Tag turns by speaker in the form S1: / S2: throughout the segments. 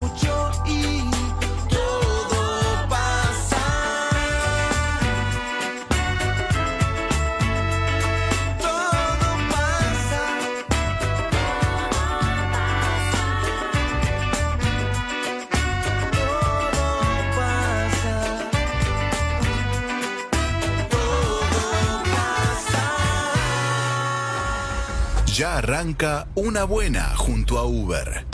S1: Mucho y todo pasa. Todo pasa. Todo pasa. Todo pasa.
S2: Ya arranca una buena junto a Uber.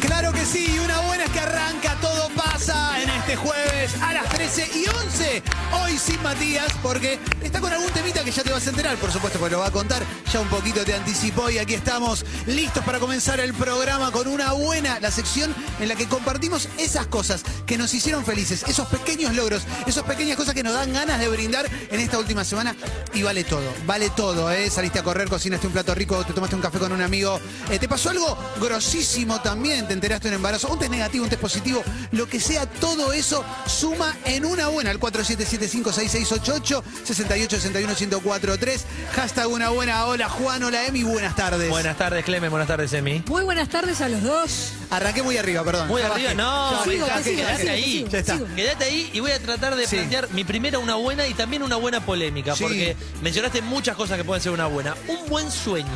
S3: Claro que sí, una buena es que arranca, todo pasa en este jueves a las 13 y 11. Hoy sin Matías, porque está con algún temita que ya te vas a enterar, por supuesto, pues lo va a contar. Ya un poquito te anticipó y aquí estamos listos para comenzar el programa con una buena, la sección en la que compartimos esas cosas que nos hicieron felices, esos pequeños logros, esas pequeñas cosas que nos dan ganas de brindar en esta última semana. Y vale todo, vale todo, ¿eh? Saliste a correr, cocinaste un plato rico, te tomaste un café con un amigo, eh, te pasó algo grosísimo también, te enteraste de un embarazo, un test negativo, un test positivo, lo que sea, todo eso suma en una buena al 47756688 6861-1043, hashtag una buena, hola Juan, hola Emi, buenas tardes.
S4: Buenas tardes, Clemen. Buenas tardes, Emi.
S5: Muy buenas tardes a los dos.
S3: Arranqué muy arriba, perdón.
S4: Muy
S3: Ya
S4: arriba,
S3: bajé.
S4: no.
S5: Te sigo,
S4: dejá,
S5: te sigo,
S4: quedate
S5: te
S4: ahí.
S5: sigo,
S3: Ya
S5: te
S3: está.
S5: sigo.
S4: Quedate ahí y voy a tratar de
S3: Sí.
S4: plantear mi primera una buena y también una buena polémica,
S3: Sí.
S4: porque mencionaste muchas cosas que pueden ser una buena. Un buen sueño.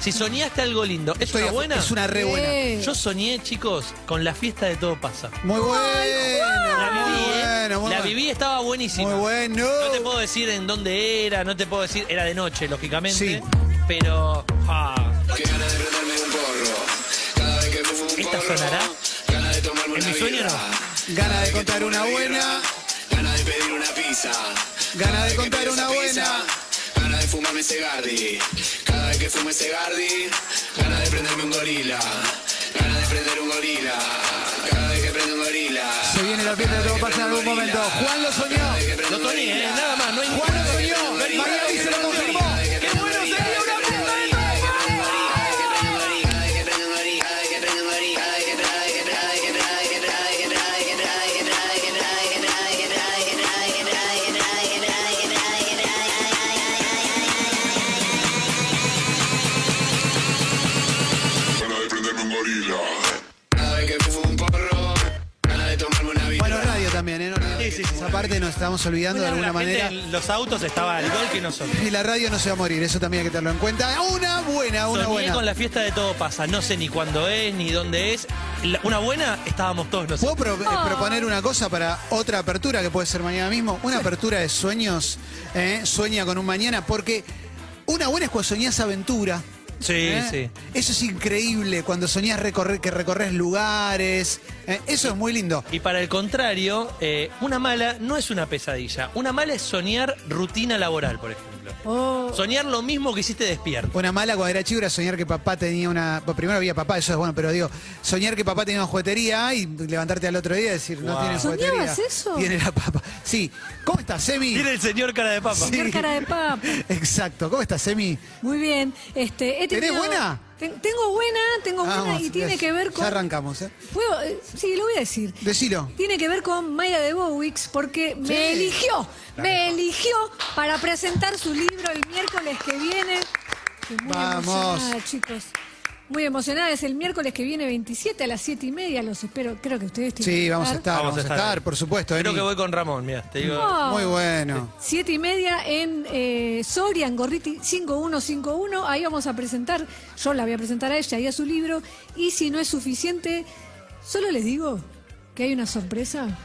S4: Si soñaste algo lindo, ¿es
S3: Estoy
S4: una
S3: a-
S4: buena?
S3: Es una re buena.
S5: Eh,
S4: Yo soñé, chicos, con la fiesta de Todo Pasa.
S3: Muy bueno,
S4: La viví,
S3: muy
S4: ¿eh?
S3: bueno, muy
S4: La
S3: bueno.
S4: viví, estaba buenísima.
S3: Muy bueno.
S4: No te puedo decir en dónde era, no te puedo decir, era de noche, lógicamente.
S3: Sí.
S4: Pero. ah,
S6: Que ganas de prenderme un porro. Cada vez que fumo un
S4: ¿Esta
S6: porro.
S4: sonará?
S6: Ganas de tomarme
S4: ¿En
S6: una
S4: mi sueño
S6: birra.
S3: no? Gana de contar una buena.
S6: Ganas de pedir una pizza.
S3: Gana
S6: Cada
S3: de
S6: vez que
S3: contar
S6: pido
S3: una
S6: esa pizza.
S3: buena.
S6: Ganas de fumarme ese Gardi. Cada vez que fumo ese Gardi. Ganas de prenderme un gorila. Ganas de prender un gorila. Cada vez que prendo un gorila.
S3: Se viene la fiesta de todo pasa en algún momento. Juan lo soñó.
S4: Lo soñé, ¿eh? nada más, no hay
S3: Juan lo soñó. María Luisa lo confirmó.
S4: ¡Qué bueno sería una fiesta de Todo
S6: Ganas de prenderme un gorila. Cada vez que fumo un porro. Ganas de tomarme una birra.
S3: Bueno, radio también, ¿eh? No olvidemos
S4: Sí, sí,
S3: que
S4: sí.
S3: Esa parte nos estamos olvidando de
S4: Bueno,
S3: alguna
S4: la gente
S3: manera.
S4: en los autos estaba al igual que nosotros.
S3: Y la radio no se va a morir, eso también hay que tenerlo en cuenta. Una buena, una
S4: Soñé
S3: buena.
S4: con la fiesta de todo pasa. No sé ni cuándo es, ni dónde es. La- una buena, estábamos todos
S3: ¿Puedo
S4: nosotros.
S3: pro- eh, proponer una cosa para otra apertura que puede ser mañana mismo? Una apertura de sueños, ¿eh? sueña con un mañana, porque una buena es cuando soñás aventura. ¿Eh?
S4: Sí, sí.
S3: Eso es increíble, cuando soñás recorrer, que recorres lugares. ¿eh? Eso es muy lindo.
S4: Y para el contrario, eh, una mala no es una pesadilla. Una mala es soñar rutina laboral, por ejemplo.
S5: oh,
S4: Soñar lo mismo que hiciste despierto.
S3: Una mala cuando era chico era soñar que papá tenía una. bueno, primero había papá, eso es bueno, pero digo, soñar que papá tenía una juguetería y levantarte al otro día y decir, no
S4: Wow.
S3: tiene
S5: ¿Soñabas
S3: juguetería.
S5: eso?
S3: Tiene la papa. Sí. ¿Cómo estás, Semi?
S4: Tiene el señor cara de papa.
S3: Sí.
S5: señor cara de papa. Pues
S3: Exacto. ¿Cómo estás, Semi?
S5: Muy bien. Este, he
S3: ¿Tenés
S5: tenido-
S3: buena?
S5: Ten- tengo buena, tengo buena y tiene
S3: ya-
S5: que ver con.
S3: Ya arrancamos, ¿eh?
S5: ¿Puedo? Eh, Sí, lo voy a decir.
S3: Decilo.
S5: Tiene que ver con Maya de Bowix porque
S3: Sí.
S5: me eligió, me eligió para presentar su libro el miércoles que viene. Estoy muy
S3: Vamos.
S5: emocionada, chicos. Muy emocionada, es el miércoles que viene 27 a las 7 y media, los espero, creo que ustedes tienen
S3: Sí,
S5: que
S3: vamos a estar, vamos, a estar, por supuesto.
S4: Creo
S3: Emi.
S4: que voy con Ramón, mira, te digo.
S5: Oh.
S3: Muy bueno.
S5: 7 y media en eh, Soria, en Gorriti 5151. Ahí vamos a presentar, yo la voy a presentar a ella y a su libro. Y si no es suficiente, solo les digo que hay una sorpresa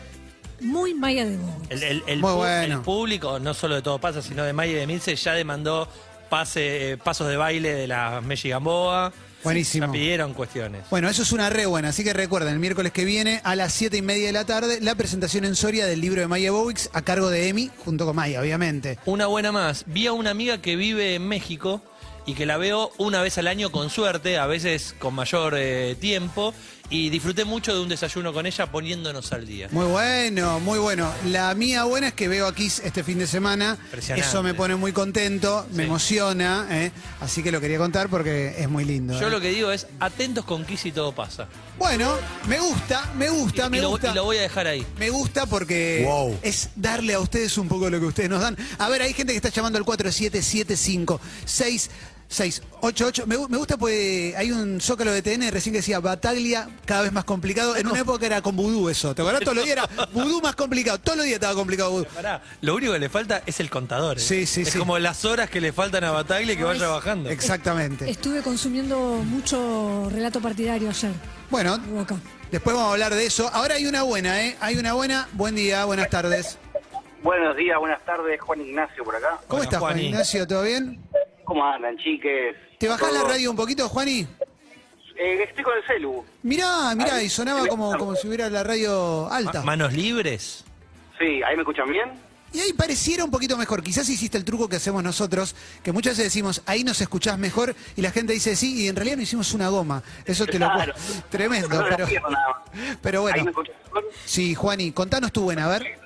S5: muy maya de Bobo.
S4: El, el- el
S3: Muy
S4: pu-
S3: bueno.
S4: el público, no solo de Todo Pasa, sino de Maya y de Milce, ya demandó pase, eh, pasos de baile de la Messi Gamboa.
S3: Buenísimo.
S4: Ya pidieron cuestiones.
S3: Bueno, eso es una re buena, así que recuerden, el miércoles que viene a las 7 y media de la tarde, la presentación en Soria del libro de Maya Bowix a cargo de Emi, junto con Maya, obviamente.
S4: Una buena más. Vi a una amiga que vive en México y que la veo una vez al año con suerte, a veces con mayor eh, tiempo, y disfruté mucho de un desayuno con ella poniéndonos al día.
S3: Muy bueno, muy bueno. La mía buena es que veo a Kiss este fin de semana.
S4: Impresionante.
S3: Eso me pone muy contento,
S4: Sí.
S3: me emociona. ¿eh? Así que lo quería contar porque es muy lindo.
S4: Yo
S3: ¿eh?
S4: lo que digo es, atentos con Kiss y todo pasa.
S3: Bueno, me gusta, me gusta,
S4: Y
S3: me
S4: lo,
S3: gusta.
S4: y lo voy a dejar ahí.
S3: Me gusta porque
S2: Wow.
S3: es darle a ustedes un poco de lo que ustedes nos dan. A ver, hay gente que está llamando al 4775-6688. Me, gu- me gusta porque hay un zócalo de TN recién que decía Bataglia cada vez más complicado. En una época era con vudú eso. ¿Te acuerdas? Todos los días era vudú más complicado. Todos los días estaba complicado vudú.
S4: Pará, lo único que le falta es el contador. ¿eh?
S3: Sí, sí,
S4: es
S3: sí.
S4: como las horas que le faltan a Bataglia que vaya bajando.
S3: Exactamente.
S5: Estuve consumiendo mucho relato partidario ayer.
S3: Bueno,
S5: Boca.
S3: después vamos a hablar de eso. Ahora hay una buena, ¿eh? Hay una buena. Buen día, buenas tardes.
S7: Buenos días, buenas tardes, Juan Ignacio por acá.
S3: ¿Cómo
S4: Hola,
S3: estás, Juan
S4: Juani.
S3: Ignacio? ¿Todo bien?
S7: ¿Cómo andan, chiques?
S3: ¿Te bajás la
S7: ¿Todo?
S3: radio un poquito, Juani?
S7: Eh, estoy con el celu.
S3: Mirá, mirá,
S7: Ahí,
S3: y sonaba como, como si hubiera la radio alta.
S4: Ma- Manos libres.
S7: Sí, ¿ahí me escuchan bien?
S3: Y ahí pareciera un poquito mejor. Quizás hiciste el truco que hacemos nosotros, que muchas veces decimos, ahí nos escuchás mejor, y la gente dice sí, y en realidad no hicimos una goma. Eso te lo
S7: Claro.
S3: cu- Tremendo,
S7: No, la
S3: pero,
S7: pierdo nada más.
S3: pero
S7: ¿Ahí me
S3: bueno.
S7: escuchan mejor?
S3: Sí, Juani, contanos tu buena, a ver.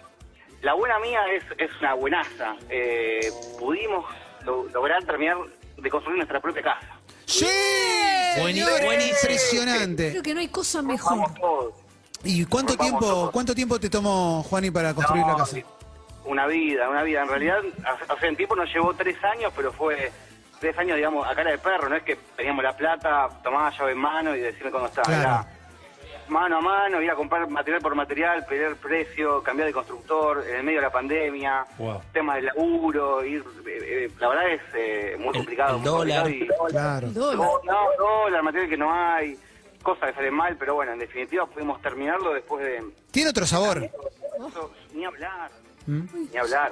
S7: La buena mía es, es una buenaza. Eh, pudimos lo- lograr terminar de construir nuestra propia casa.
S3: ¡Sí!
S4: Bueni-
S3: señores!
S4: buenísimo.
S5: Creo
S3: Impresionante.
S5: que no hay cosa mejor.
S7: Vamos todos.
S3: ¿Y cuánto
S7: Pues Vamos
S3: tiempo,
S7: todos.
S3: cuánto tiempo te tomó, Juani, para construir la
S7: No,
S3: casa?
S7: Una vida, una vida. En realidad, hace, hace un tiempo nos llevó tres años, pero fue tres años, digamos, a cara de perro. No es que teníamos la plata, tomaba llave en mano y decirme cuándo estaba.
S3: Claro.
S7: Era mano a mano, ir a comprar material por material, pelear precio, cambiar de constructor, en el medio de la pandemia,
S4: Wow.
S7: temas de laburo. Ir, eh, eh, la verdad es eh, muy
S4: El-
S7: complicado.
S4: el
S7: muy complicado
S4: dólar.
S7: y-
S3: Claro.
S5: Dólar.
S7: no, no, dólar, material que no hay, cosas que salen mal, pero bueno, en definitiva pudimos terminarlo después de
S3: Tiene otro sabor.
S7: eso, ni hablar,
S4: ¿Mm?
S7: ni hablar.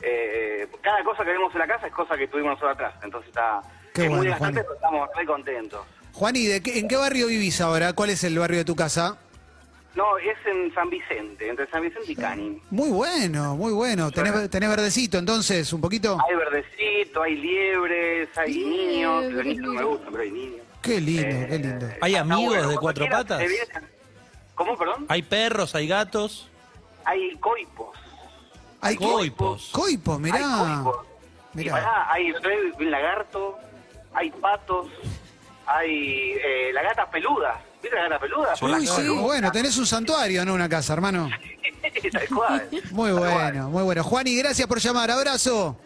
S7: Eh, cada cosa que vemos en la casa es cosa que tuvimos nosotros acá. Entonces está
S3: Qué
S7: es muy
S3: bueno,
S7: desgastante,
S3: Juan.
S7: pero estamos re contentos.
S3: Juani, ¿de qué- ¿en qué barrio vivís ahora? ¿Cuál es el barrio de tu casa?
S7: No, es en San Vicente, entre San Vicente y Cani.
S3: Muy bueno, muy bueno. Tenés, tenés verdecito, entonces, un poquito.
S7: Hay verdecito, hay liebres, hay niños. Los niños no me
S5: Liebres.
S7: gustan, pero hay niños.
S3: Qué lindo,
S7: Eh,
S3: qué lindo.
S7: está
S4: ¿Hay amigos de
S7: Cuando
S4: cuatro
S7: quieras,
S4: patas?
S7: te vienen- ¿Cómo, perdón?
S4: Hay perros, hay gatos.
S7: Hay coipos.
S3: Hay
S4: coipos.
S3: Coipos,
S7: Hay
S3: mirá.
S7: coipos. Y
S3: Mirá.
S7: pará, hay rey- un lagarto, hay patos, hay eh, las gatas peludas. ¿Viste las gatas peludas? Por
S3: Uy,
S7: las
S3: sí,
S7: calles.
S3: bueno, tenés un santuario, ¿no? Una casa, hermano.
S7: Tal cual.
S3: Muy
S7: Tal cual.
S3: bueno, muy bueno. Juani, gracias por llamar. Abrazo.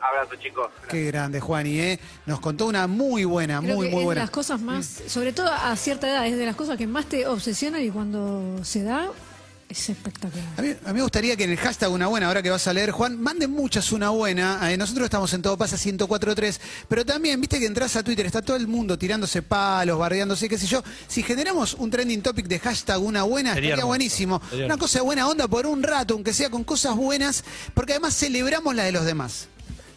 S7: Abrazo, chicos.
S3: Qué grande, Juani, ¿eh? Nos contó una muy buena,
S5: Creo
S3: muy,
S5: que
S3: muy
S5: es de
S3: buena.
S5: las cosas más, sobre todo a cierta edad, es de las cosas que más te obsesionan y cuando se da es
S3: A
S5: espectacular.
S3: mí, a mí me gustaría que en el hashtag una buena, ahora que vas a leer, Juan, manden muchas una buena. Eh, nosotros estamos en Todo Pasa 104.3, pero también, viste que entras a Twitter, está todo el mundo tirándose palos, bardeándose, qué sé yo. Si generamos un trending topic de hashtag una buena,
S4: Sería
S3: estaría
S4: hermoso,
S3: buenísimo.
S4: sería
S3: una
S4: hermoso.
S3: cosa de buena onda por un rato, aunque sea con cosas buenas, porque además celebramos la de los demás.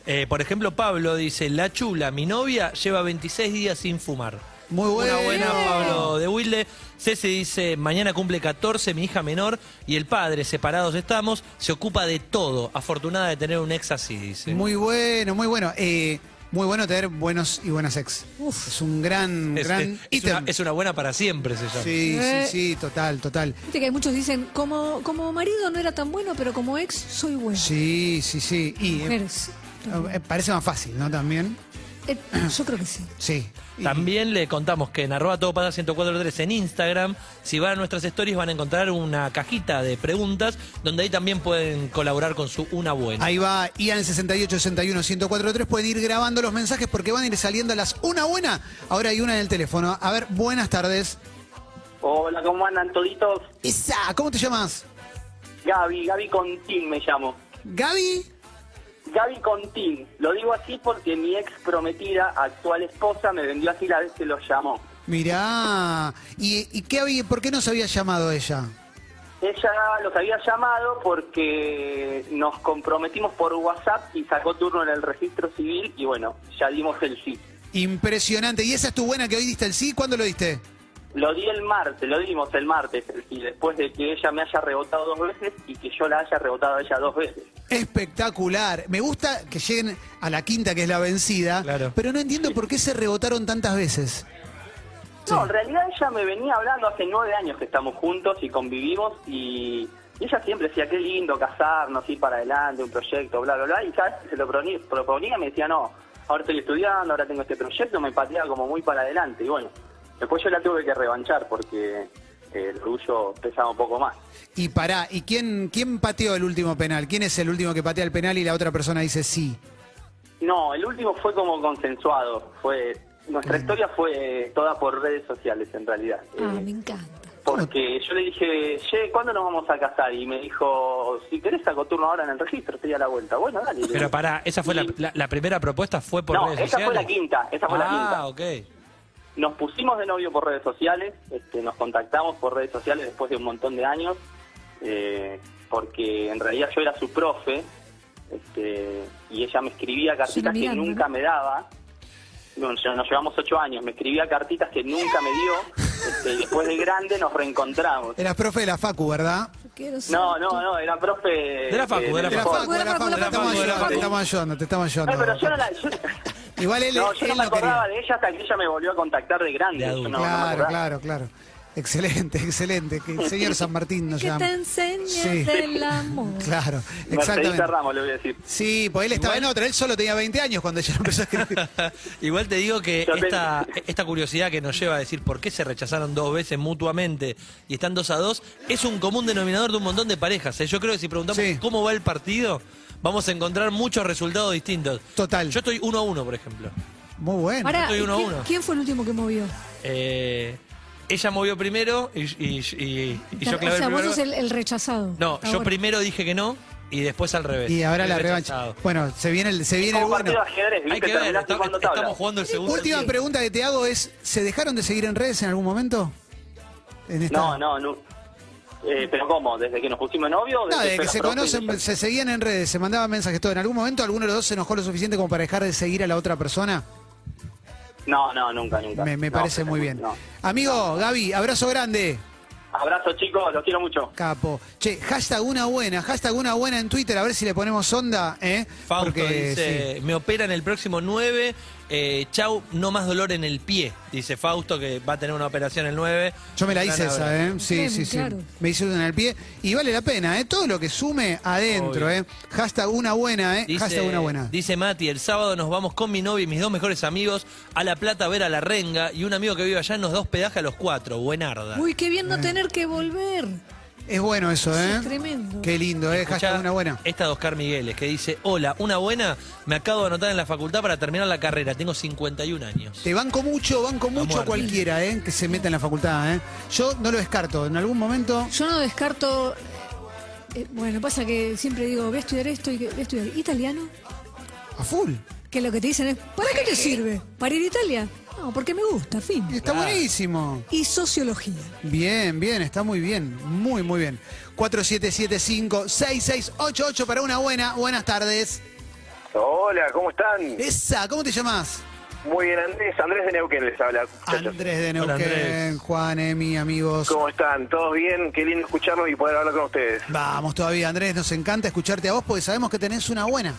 S4: Eh, por ejemplo, Pablo dice, la chula, mi novia, lleva 26 días sin fumar.
S3: Muy buena.
S4: Una buena, Pablo de Wilde. Ceci dice, mañana cumple 14, mi hija menor y el padre, separados estamos, se ocupa de todo. Afortunada de tener un ex así, dice.
S3: Muy bueno, muy bueno. Eh, muy bueno tener buenos y buenas ex. es un gran,
S4: es,
S3: gran
S4: es- Este, es
S3: ítem.
S4: una, es una buena para siempre, se llama.
S3: Sí, sí,
S5: Eh.
S3: sí, total, total.
S5: Viste que hay muchos dicen, como, como marido no era tan bueno, pero como ex soy bueno.
S3: Sí, sí, sí. Y eh,
S5: Mujeres.
S3: eh, parece más fácil, ¿no? También.
S5: Eh, yo creo que sí.
S3: Sí. Y-
S4: También le contamos que en arroba todo pasa 1043 en Instagram, si van a nuestras stories van a encontrar una cajita de preguntas donde ahí también pueden colaborar con su una buena.
S3: Ahí va Ian 68 61 1043 pueden ir grabando los mensajes porque van a ir saliendo a las una buena. Ahora hay una en el teléfono. A ver, buenas tardes.
S7: Hola, ¿cómo andan toditos?
S3: Esa, ¿cómo te llamas?
S7: Gaby, Gaby Contín me llamo.
S3: Gaby.
S7: Gaby Contín. Lo digo así porque mi ex prometida, actual esposa, me vendió así la vez que lo llamó.
S3: Mirá. ¿Y, y qué había, por qué nos había llamado ella?
S7: Ella los había llamado porque nos comprometimos por WhatsApp y sacó turno en el registro civil y bueno, ya dimos el sí.
S3: Impresionante. ¿Y esa es tu buena que hoy diste el sí? ¿Cuándo lo diste?
S7: Lo di el martes, lo dimos el martes el sí, después de que ella me haya rebotado dos veces y que yo la haya rebotado a ella dos veces.
S3: Espectacular. Me gusta que lleguen a la quinta, que es la vencida.
S4: Claro.
S3: Pero no entiendo por qué se rebotaron tantas veces.
S7: No, en realidad ella me venía hablando hace nueve años que estamos juntos y convivimos y, y ella siempre decía, qué lindo casarnos, ir para adelante, un proyecto, bla, bla, bla. Y cada vez que se lo proni- proponía me decía, no, ahora estoy estudiando, ahora tengo este proyecto, me pateaba como muy para adelante. Y bueno, después yo la tuve que revanchar porque eh, el orgullo pesaba un poco más.
S3: Y pará, ¿y quién, quién pateó el último penal? ¿Quién es el último que patea el penal y la otra persona dice sí?
S7: No, el último fue como consensuado, fue... Nuestra historia fue toda por redes sociales en realidad.
S5: Ah,
S7: Eh,
S5: me encanta.
S7: Porque yo le dije, che, ¿cuándo nos vamos a casar? Y me dijo, si querés saco turno ahora en el registro, estoy a la vuelta. Bueno, dale.
S4: Pero pará, ¿esa fue la, la- la primera propuesta? ¿Fue por
S7: No,
S4: redes
S7: esa
S4: sociales?
S7: fue la quinta, esa fue la
S4: Ah,
S7: quinta.
S4: ok.
S7: Nos pusimos de novio por redes sociales, este, nos contactamos por redes sociales después de un montón de años, eh, porque en realidad yo era su profe, este, y ella me escribía cartitas que
S5: mirando,
S7: nunca
S5: ¿no?
S7: me daba. Bueno, ya nos llevamos ocho años, me escribía cartitas que nunca me dio, este, y después de grande nos reencontramos.
S3: Eras profe de la Facu, ¿verdad?
S5: Yo quiero ser
S7: No, no,
S5: tú.
S7: no, era profe. De
S4: la facu, de la
S3: De la
S4: Facu.
S3: Facu, de la Facu, te estamos ayudando, te estamos ayudando, te estamos
S7: Ay, pero yo no
S3: ayudando.
S7: la. yo-
S3: Igual él,
S7: no, yo no
S3: él
S7: me
S3: lo quería.
S7: acordaba de ella hasta que ella me volvió a contactar de grande.
S4: De
S7: Yo no-
S4: adulto.
S7: no me
S3: Claro,
S7: acordaba.
S3: claro, claro. Excelente, excelente. Que el señor San Martín nos
S5: Que
S3: llama.
S5: te enseñes
S3: Sí.
S5: el amor.
S3: Claro,
S7: Mercedita
S3: exactamente.
S7: Ramos, le voy a decir.
S3: Sí, pues él estaba en otra, él solo tenía 20 años cuando ella empezó a escribir.
S4: Igual te digo que
S7: Yo te-
S4: esta, esta curiosidad que nos lleva a decir por qué se rechazaron dos veces mutuamente y están dos a dos es un común denominador de un montón de parejas. ¿eh? Yo creo que si preguntamos
S3: Sí.
S4: cómo va el partido, vamos a encontrar muchos resultados distintos.
S3: Total.
S4: Yo estoy uno a uno, por ejemplo.
S3: Muy bueno.
S5: Pará,
S4: estoy
S5: ¿y
S4: uno a
S5: quién,
S4: uno.
S5: quién fue el último que movió?
S4: Eh, ella movió primero y, y- y- y yo clavé
S5: o sea,
S4: el
S5: vos
S4: primero.
S5: sos el, el rechazado.
S4: No,
S5: Ahora.
S4: yo primero dije que no y después al revés.
S3: Y ahora
S4: Fui
S3: la revancha.
S4: rechazado.
S3: Bueno, se viene el, se viene el
S7: Como
S3: bueno.
S7: partido de ajedrez,
S4: Hay
S7: ¿viste?
S4: que ver,
S7: Terminaste
S4: está-
S7: jugando tabla.
S4: estamos jugando el segundo.
S3: Última pregunta que te hago es, ¿se dejaron de seguir en redes en algún momento? En esta-
S7: No, no, no. Eh, pero ¿cómo? ¿Desde que nos pusimos novio? o
S3: No, desde
S7: fue
S3: que
S7: la
S3: se
S7: profe?
S3: conocen, se seguían en redes, se mandaban mensajes, todo. ¿En algún momento alguno de los dos se enojó lo suficiente como para dejar de seguir a la otra persona?
S7: No, no, nunca, nunca.
S3: Me, me
S7: No,
S3: parece muy bien.
S7: no.
S3: Amigo, Gaby, abrazo grande.
S7: Abrazo, chicos, los quiero mucho.
S3: Capo. Che, hashtag una buena, hashtag una buena en Twitter, a ver si le ponemos onda, ¿eh?
S4: Fausto
S3: Porque,
S4: dice, me operan el próximo 9, eh, chau, no más dolor en el pie, dice Fausto que va a tener una operación el 9.
S3: sí. Yo me la hice esa, ¿eh? Sí,
S5: Bien,
S3: sí, sí.
S5: claro.
S3: Me hice una en el pie. Y vale la pena, ¿eh? Todo lo que sume adentro,
S4: Obvio.
S3: ¿eh? Hashtag una buena, ¿eh?
S4: Dice,
S3: hashtag una buena.
S4: dice Mati, el sábado nos vamos con mi novia y mis dos mejores amigos a La Plata a ver a la renga y un amigo que vive allá nos da hospedaje a los cuatro, buenarda.
S5: Uy, qué bien no tener que volver.
S3: Es bueno eso,
S5: Sí,
S3: ¿eh?
S5: es tremendo.
S3: Qué lindo, ¿eh?
S4: Escuchá
S3: Hashtag una buena.
S4: Esta de Oscar Migueles que dice, hola, una buena, me acabo de anotar en la facultad para terminar la carrera, tengo 51 años.
S3: Te banco mucho, banco mucho
S4: muerte.
S3: cualquiera, ¿eh? Que se meta en la facultad, ¿eh? Yo no lo descarto. En algún momento...
S5: Yo no descarto. eh, bueno, pasa que siempre digo, voy a estudiar esto y que- voy a estudiar italiano.
S3: A full.
S5: Que lo que te dicen es, ¿para qué te sirve? ¿Para ir a Italia? No, porque me gusta, fin.
S3: Está buenísimo.
S5: Y sociología.
S3: Bien, bien, está muy bien, muy, muy bien. 4775-6688 para una buena. Buenas tardes.
S6: Hola, ¿cómo están?
S3: Esa, ¿cómo te llamas?
S6: Muy bien, Andrés. Andrés de Neuquén les habla. muchachos.
S3: Andrés de
S4: Hola,
S3: Neuquén,
S4: Andrés.
S3: Juan, Emi, amigos.
S6: ¿Cómo están? ¿Todos bien? Qué lindo escucharlos y poder hablar con ustedes.
S3: Vamos todavía, Andrés, nos encanta escucharte a vos porque sabemos que tenés una buena.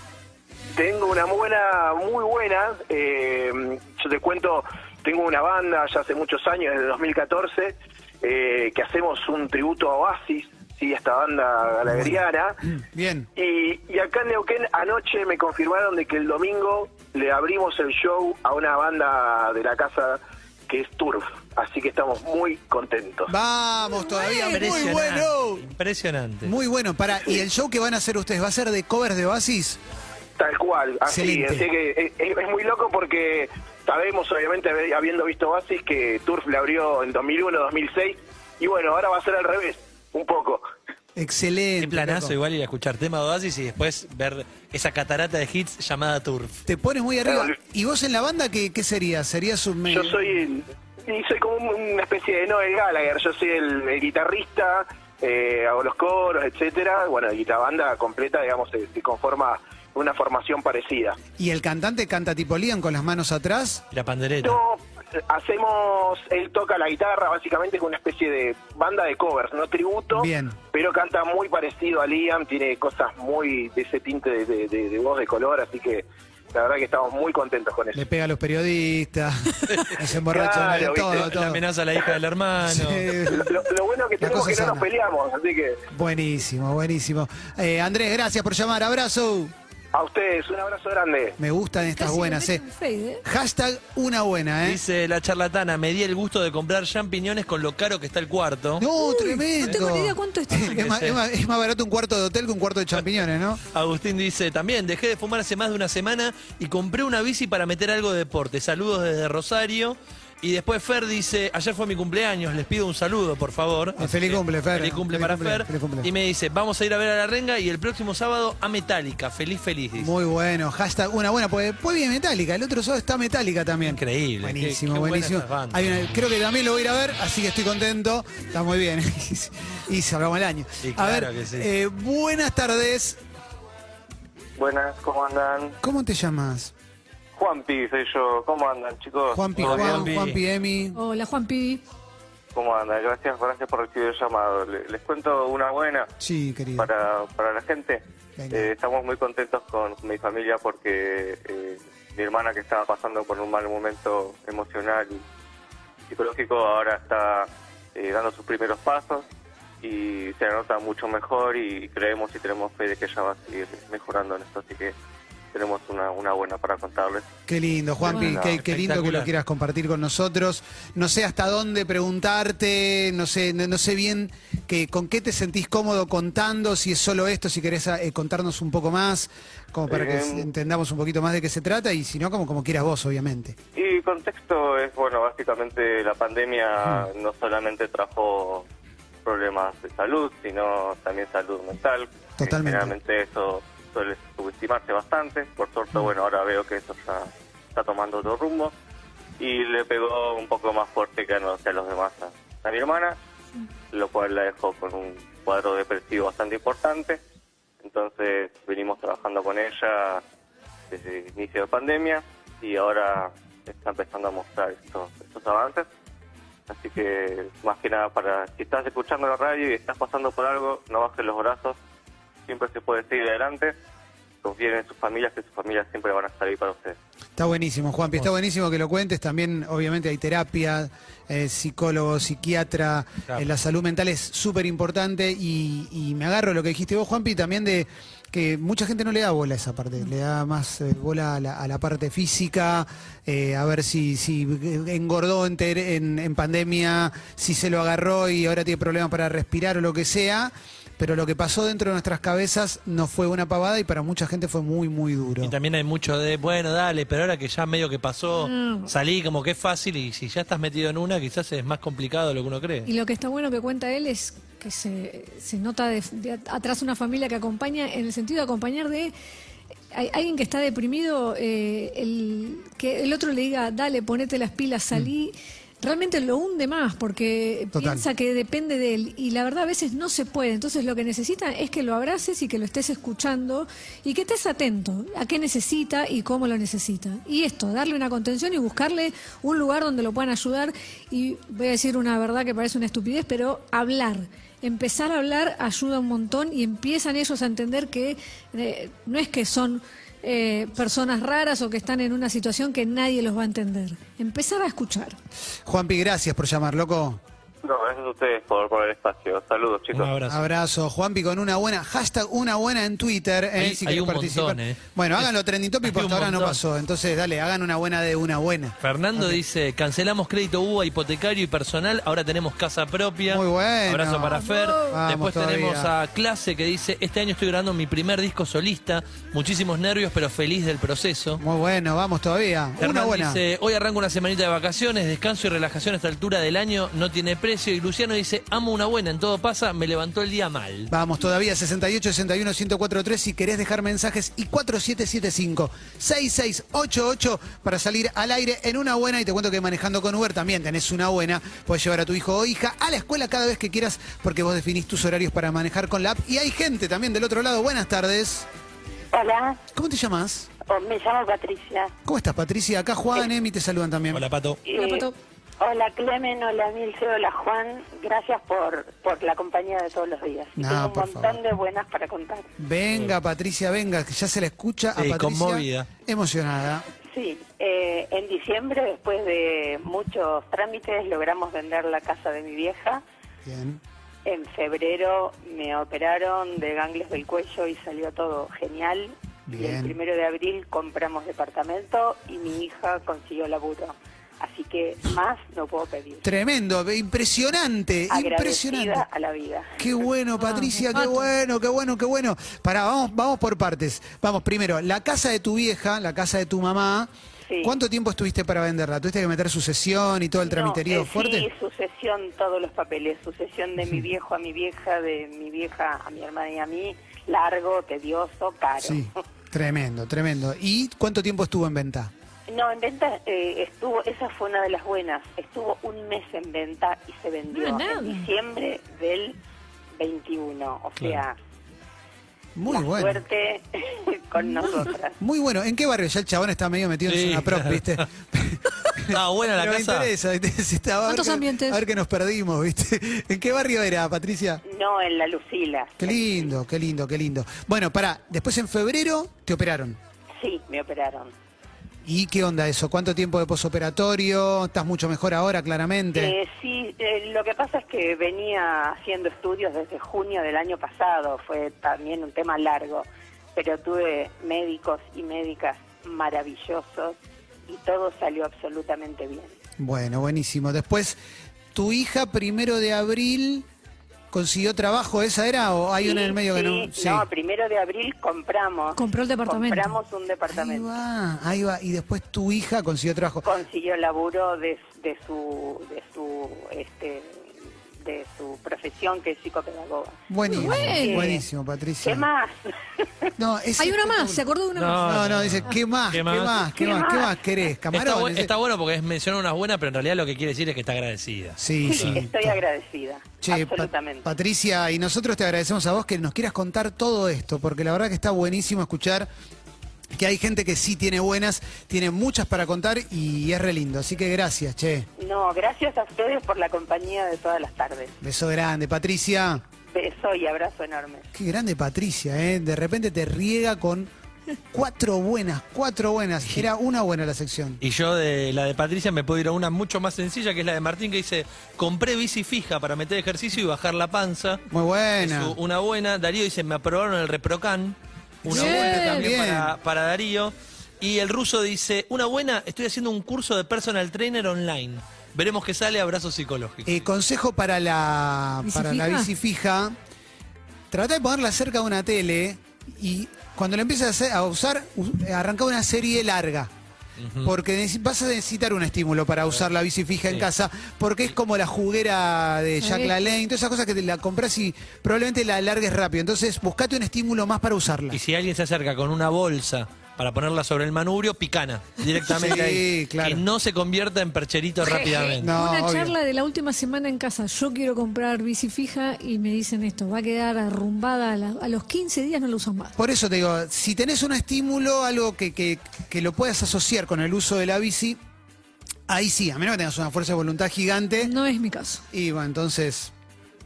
S6: Tengo una buena, muy buena. eh, yo te cuento, tengo una banda ya hace muchos años, desde 2014, eh, que hacemos un tributo a Oasis, ¿sí? a esta banda galagriana.
S3: Bien.
S6: Y, y acá en Neuquén anoche me confirmaron de que el domingo le abrimos el show a una banda de la casa que es Turf. Así que estamos muy contentos.
S3: Vamos todavía, muy
S4: Impresionante,
S3: bueno.
S4: Impresionante.
S3: Muy bueno, para ¿y el show que van a hacer ustedes va a ser de covers de Oasis?
S6: Tal cual, así,
S3: Excelente.
S6: ah, así que es, es- es muy loco porque sabemos, obviamente, haber- habiendo visto Oasis, que Turf la abrió en 2001, 2006, y bueno, ahora va a ser al revés, un poco.
S3: Excelente.
S4: Qué planazo
S3: loco.
S4: igual ir a escuchar tema de Oasis y después ver esa catarata de hits llamada Turf.
S3: Te pones muy arriba.
S6: Claro.
S3: ¿Y vos en la banda qué, qué serías? ¿Serías un
S6: Yo soy y soy como un- una especie de Noel Gallagher, yo soy el, el guitarrista, eh, hago los coros, etcétera Bueno, la guitarra completa, digamos, se, se conforma una formación parecida.
S3: ¿Y el cantante canta tipo Liam con las manos atrás?
S4: La pandereta.
S6: No, hacemos, él toca la guitarra, básicamente es una especie de banda de covers, no tributo,
S3: Bien.
S6: pero canta muy parecido a Liam, tiene cosas muy de ese tinte de, de- de- de voz de color, así que
S8: La verdad que estamos muy contentos con eso.
S3: Le pega a los periodistas, se emborracha
S8: Claro,
S3: todo,
S8: viste,
S3: todo.
S4: La amenaza a la hija del hermano.
S3: Sí.
S8: Lo, lo bueno que
S3: La
S8: tenemos
S3: cosa
S8: es que no
S3: sana.
S8: nos peleamos, así que
S3: Buenísimo, buenísimo. Eh, Andrés, gracias por llamar. Abrazo.
S8: a ustedes un abrazo grande.
S3: Me gustan estas
S5: Casi me
S3: buenas,
S5: meto
S3: eh.
S5: un fade, ¿eh?
S3: Hashtag una buena, eh.
S4: Dice la charlatana, me di el gusto de comprar champiñones con lo caro que está el cuarto.
S3: No,
S5: Uy,
S3: tremendo.
S5: no tengo ni idea cuánto está.
S3: es, más,
S4: Sí.
S3: es más- es más barato un cuarto de hotel que un cuarto de champiñones, ¿no?
S4: Agustín dice, también dejé de fumar hace más de una semana y compré una bici para meter algo de deporte. Saludos desde Rosario. Y después Fer dice, ayer fue mi cumpleaños, les pido un saludo, por favor.
S3: Ah, feliz cumple, Fer.
S4: Feliz cumple
S3: Feliz
S4: para
S3: cumple,
S4: Fer.
S3: feliz cumple.
S4: Y me dice, vamos a ir a ver a la renga y el próximo sábado a Metallica. Feliz, feliz. dice.
S3: Muy bueno, hashtag una buena, pues pues bien metálica, el otro sábado está metálica también.
S4: Increíble,
S3: Buenísimo,
S4: qué- qué buenas
S3: buenísimo.
S4: esas bandas.
S3: Hay una- creo que también lo voy a ir a ver, así que estoy contento. Está muy bien. y cerramos el año.
S4: Sí,
S3: a
S4: claro
S3: ver,
S4: que sí.
S3: eh, buenas tardes.
S8: Buenas, ¿cómo andan?
S3: ¿Cómo te llamas?
S8: Juanpi soy yo, ¿cómo andan chicos?
S3: Juanpi,
S4: Hola,
S3: Juan,
S4: Juanpi.
S3: Juanpi, Emi.
S5: Hola, Juan Pi.
S8: ¿Cómo andan? Gracias, gracias por recibir el llamado. Le- Les cuento una buena
S3: Sí, querido.
S8: para, para la gente.
S3: Venga.
S8: Eh, estamos muy contentos con mi familia porque eh, mi hermana que estaba pasando por un mal momento emocional y psicológico ahora está eh, dando sus primeros pasos y se nota mucho mejor y creemos y tenemos fe de que ella va a seguir mejorando en esto. Así que tenemos una, una buena para contarles.
S3: Qué lindo, Juanpi,
S8: Bueno.
S3: qué, qué lindo que lo
S4: Espectacular.
S3: quieras compartir con nosotros. No sé hasta dónde preguntarte, no sé, no, no sé bien que, con qué te sentís cómodo contando, si es solo esto, si querés eh, contarnos un poco más, como para que
S8: Eh,
S3: s- entendamos un poquito más de qué se trata, y si no, como, como quieras vos, obviamente.
S8: Y contexto es, bueno, básicamente la pandemia no solamente trajo problemas de salud, sino también salud mental. que
S3: Totalmente.
S8: Generalmente eso suele subestimarse bastante. Por suerte, bueno, ahora veo que eso ya está tomando otro rumbo. Y le pegó un poco más fuerte que a, no- que a los demás a, a mi hermana, lo cual la dejó con un cuadro depresivo bastante importante. Entonces venimos trabajando con ella desde el inicio de pandemia y ahora está empezando a mostrar estos, estos avances. Así que más que nada para si estás escuchando la radio y estás pasando por algo, no bajes los brazos, siempre se puede seguir adelante, confíen en sus familias, que sus familias siempre van a estar ahí para ustedes.
S3: Está buenísimo, Juanpi, está buenísimo que lo cuentes. También, obviamente, hay terapia, eh, psicólogo, psiquiatra.
S4: Claro.
S3: eh, la salud mental es súper importante y, y me agarro lo que dijiste vos, Juanpi, también de que mucha gente no le da bola a esa parte, le da más eh, bola a la, a la parte física, eh, a ver si, si engordó en, ter- en- en pandemia, si se lo agarró y ahora tiene problemas para respirar o lo que sea. Pero lo que pasó dentro de nuestras cabezas no fue una pavada y para mucha gente fue muy, muy duro.
S4: Y también hay mucho de, bueno, dale, pero ahora que ya medio que pasó, salí como que es fácil y si ya estás metido en una, quizás es más complicado de lo que uno cree.
S5: Y lo que está bueno que cuenta él es que se, se nota de- de at- atrás una familia que acompaña, en el sentido de acompañar de hay, alguien que está deprimido, eh, el, que el otro le diga, dale, ponete las pilas, salí. Realmente lo hunde más porque
S3: Mm. Total.
S5: piensa que depende de él y la verdad a veces no se puede. Entonces lo que necesita es que lo abraces y que lo estés escuchando y que estés atento a qué necesita y cómo lo necesita. Y esto, darle una contención y buscarle un lugar donde lo puedan ayudar. Y voy a decir una verdad que parece una estupidez, pero hablar. Empezar a hablar ayuda un montón y empiezan ellos a entender que eh, no es que son eh, personas raras o que están en una situación que nadie los va a entender. Empezar a escuchar.
S3: Juanpi, gracias por llamar, loco.
S8: No, gracias a ustedes por, por el espacio. Saludos,
S4: Un
S8: chicos.
S4: abrazo.
S3: Abrazo. Juanpi con una buena, hashtag una buena en Twitter, eh,
S4: Hay-
S3: si
S4: hay
S3: querés
S4: un
S3: participar.
S4: montón, eh.
S3: Bueno, háganlo trending topic,
S4: Hay
S3: porque
S4: un
S3: hasta ahora no
S4: montón.
S3: pasó. Entonces, dale, hagan una buena de una buena.
S4: Fernando dice, cancelamos crédito UBA hipotecario y personal, ahora tenemos casa propia.
S3: Muy bueno.
S4: Abrazo para Fer.
S3: Vamos
S4: Después
S3: todavía.
S4: tenemos a Clase que dice, este año estoy grabando mi primer disco solista, muchísimos nervios pero feliz del proceso.
S3: Muy bueno, vamos todavía. una
S4: Hernán
S3: buena.
S4: dice, hoy arranco una semanita de vacaciones, descanso y relajación a esta altura del año, no tiene precio. Y Luciano dice, amo una buena, en todo pasa, me levantó el día mal.
S3: Vamos todavía, 68, 61, 1043, si querés dejar mensajes, y 4775, 6688, para salir al aire en una buena. Y te cuento que manejando con Uber también tenés una buena. Podés llevar a tu hijo o hija a la escuela cada vez que quieras, porque vos definís tus horarios para manejar con la app. Y hay gente también del otro lado. Buenas tardes.
S9: Hola,
S3: ¿Cómo te llamas?
S9: oh, me llamo Patricia.
S3: ¿Cómo estás, Patricia? Acá Juan, Emi, te saludan también.
S9: Eh.
S4: Hola, Pato.
S5: Hola, Pato.
S9: Hola Clemen, hola Milce, hola Juan. Gracias por, por la compañía de todos los días.
S3: No,
S9: Tengo un
S3: por
S9: montón
S3: favor.
S9: de buenas para contar.
S3: Venga, Patricia, venga, que ya se la escucha
S4: Sí,
S3: a Patricia.
S4: conmovida.
S3: Emocionada.
S9: Sí, eh, en diciembre, después de muchos trámites, logramos vender la casa de mi vieja.
S3: Bien.
S9: En febrero me operaron de ganglios del cuello y salió todo genial. Y
S3: Bien.
S9: el primero de abril compramos departamento y mi hija consiguió laburo. Así que más no puedo pedir.
S3: Tremendo, impresionante,
S9: Agradecida
S3: Eh, impresionante.
S9: a la vida.
S3: Qué bueno, Patricia, qué bueno, qué bueno, qué bueno. Pará, vamos, vamos por partes. Vamos, primero, la casa de tu vieja, la casa de tu mamá.
S9: Sí.
S3: ¿Cuánto tiempo estuviste para venderla? ¿Tuviste que meter sucesión y todo el tramiterío
S9: No, eh,
S3: fuerte?
S9: Sí, sucesión, todos los papeles, sucesión de mi viejo a mi vieja, de mi vieja a mi hermana y a mí, largo, tedioso, caro.
S3: Sí, tremendo, tremendo. ¿Y cuánto tiempo estuvo en venta?
S9: No, en venta eh, estuvo, esa fue una de las buenas, estuvo un mes en venta y se vendió
S5: No, nada.
S9: en diciembre del 21, o sea,
S3: Muy
S9: la
S3: bueno. Ah,
S9: suerte con nosotras.
S3: Muy bueno. ¿En qué barrio? Ya el chabón está medio metido
S4: Sí,
S3: en una prop,
S4: claro.
S3: ¿viste?
S4: Ah, buena la
S3: Pero me
S4: casa.
S3: interesa, ¿viste? Si estaba- a ver
S5: ¿Cuántos
S3: qué-
S5: ambientes?
S3: A ver que nos perdimos, ¿viste? ¿En qué barrio era, Patricia?
S9: No, en la Lucila.
S3: Qué lindo, qué lindo, qué lindo. Bueno, pará, después en febrero te operaron.
S9: Sí, me operaron.
S3: ¿Y qué onda eso? ¿Cuánto tiempo de posoperatorio? ¿Estás mucho mejor ahora, claramente?
S9: Eh, sí, eh, lo que pasa es que venía haciendo estudios desde junio del año pasado, fue también un tema largo, pero tuve médicos y médicas maravillosos y todo salió absolutamente bien.
S3: Bueno, buenísimo. Después, tu hija, primero de abril, consiguió trabajo, ¿esa era? ¿O hay una en el medio que no?
S9: sí, primero de abril compramos.
S5: Compró el departamento.
S9: Compramos un
S3: Ahí
S9: departamento.
S3: va, ahí va. Y después tu hija consiguió trabajo.
S9: Consiguió laburo de, de su, de su, este, de su profesión que es psicopedagoga.
S3: Buenísimo,
S5: bueno.
S3: buenísimo, Patricia.
S9: ¿Qué más?
S3: No, es- este
S5: Hay una más, se acordó de una
S4: No,
S5: más.
S3: No, no, dice, ¿qué más?
S4: ¿Qué
S3: ¿Qué
S4: más?
S3: más? ¿Qué más? ¿Qué más querés?
S4: Está, bu-
S3: Camarón.
S4: está bueno porque es menciona unas buenas, pero en realidad lo que quiere decir es que está agradecida.
S3: Sí, sí.
S9: Estoy agradecida.
S3: Che, Pa-
S9: absolutamente.
S3: Patricia, y nosotros te agradecemos a vos que nos quieras contar todo esto, porque la verdad que está buenísimo escuchar que hay gente que sí tiene buenas, tiene muchas para contar y es re lindo. Así que gracias, che.
S9: No, gracias a ustedes por la compañía de todas las tardes.
S3: Beso grande, Patricia.
S9: Beso y abrazo enorme.
S3: Qué grande Patricia, ¿eh? De repente te riega con cuatro buenas, cuatro buenas. Era una buena la sección.
S4: Y yo de la de Patricia me puedo ir a una mucho más sencilla, que es la de Martín, que dice, compré bici fija para meter ejercicio y bajar la panza.
S3: Muy
S4: Es
S3: buena.
S4: u- una buena. Darío dice, me aprobaron el reprocan. Una
S3: Bien,
S4: buena también
S3: bien.
S4: para, para Darío. Y el ruso dice, una buena, estoy haciendo un curso de personal trainer online. Veremos qué sale, abrazo psicológico.
S3: Eh, consejo para la
S5: ¿Bici
S3: para la
S5: fija?
S3: bici fija. Trata de ponerla cerca de una tele y cuando la empieces a, hacer- a usar, u- eh, arranca una serie larga. Porque neces- vas a necesitar un estímulo para usar la bici fija en casa, porque es como la juguera de Jack
S5: Sí.
S3: LaLanne, todas esas cosas que te la compras y probablemente la largues rápido. Entonces, buscate un estímulo más para usarla.
S4: Y si alguien se acerca con una bolsa para ponerla sobre el manubrio, picana directamente
S3: Sí,
S4: ahí.
S3: claro.
S4: Que no se convierta en percherito rápidamente.
S3: No,
S5: una
S3: obvio.
S5: charla de la última semana en casa. Yo quiero comprar bici fija y me dicen esto, va a quedar arrumbada a, la- a los 15 días, no la usan más.
S3: Por eso te digo, si tenés un estímulo, algo que, que- que lo puedas asociar con el uso de la bici, ahí sí, a menos que tengas una fuerza de voluntad gigante.
S5: No es mi caso.
S3: Y bueno, entonces,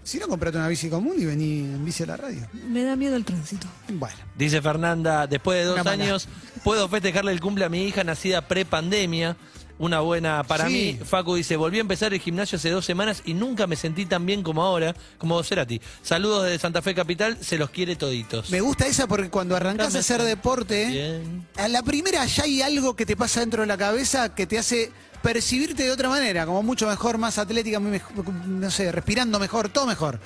S3: si no, comprate una bici común y vení en bici a la radio.
S5: Me da miedo el tránsito.
S3: Bueno.
S4: Dice Fernanda, después de dos
S3: Una mala.
S4: años, puedo festejarle el cumple a mi hija nacida pre-pandemia. Una buena para
S3: Sí.
S4: mí. Facu dice, volví a empezar el gimnasio hace dos semanas y nunca me sentí tan bien como ahora, como Cerati. Saludos desde Santa Fe Capital, se los quiere toditos.
S3: Me gusta esa porque cuando arrancás a hacer deporte,
S4: Bien.
S3: a la primera ya hay algo que te pasa dentro de la cabeza que te hace percibirte de otra manera, como mucho mejor, más atlética, muy mej- no sé, respirando mejor, todo mejor.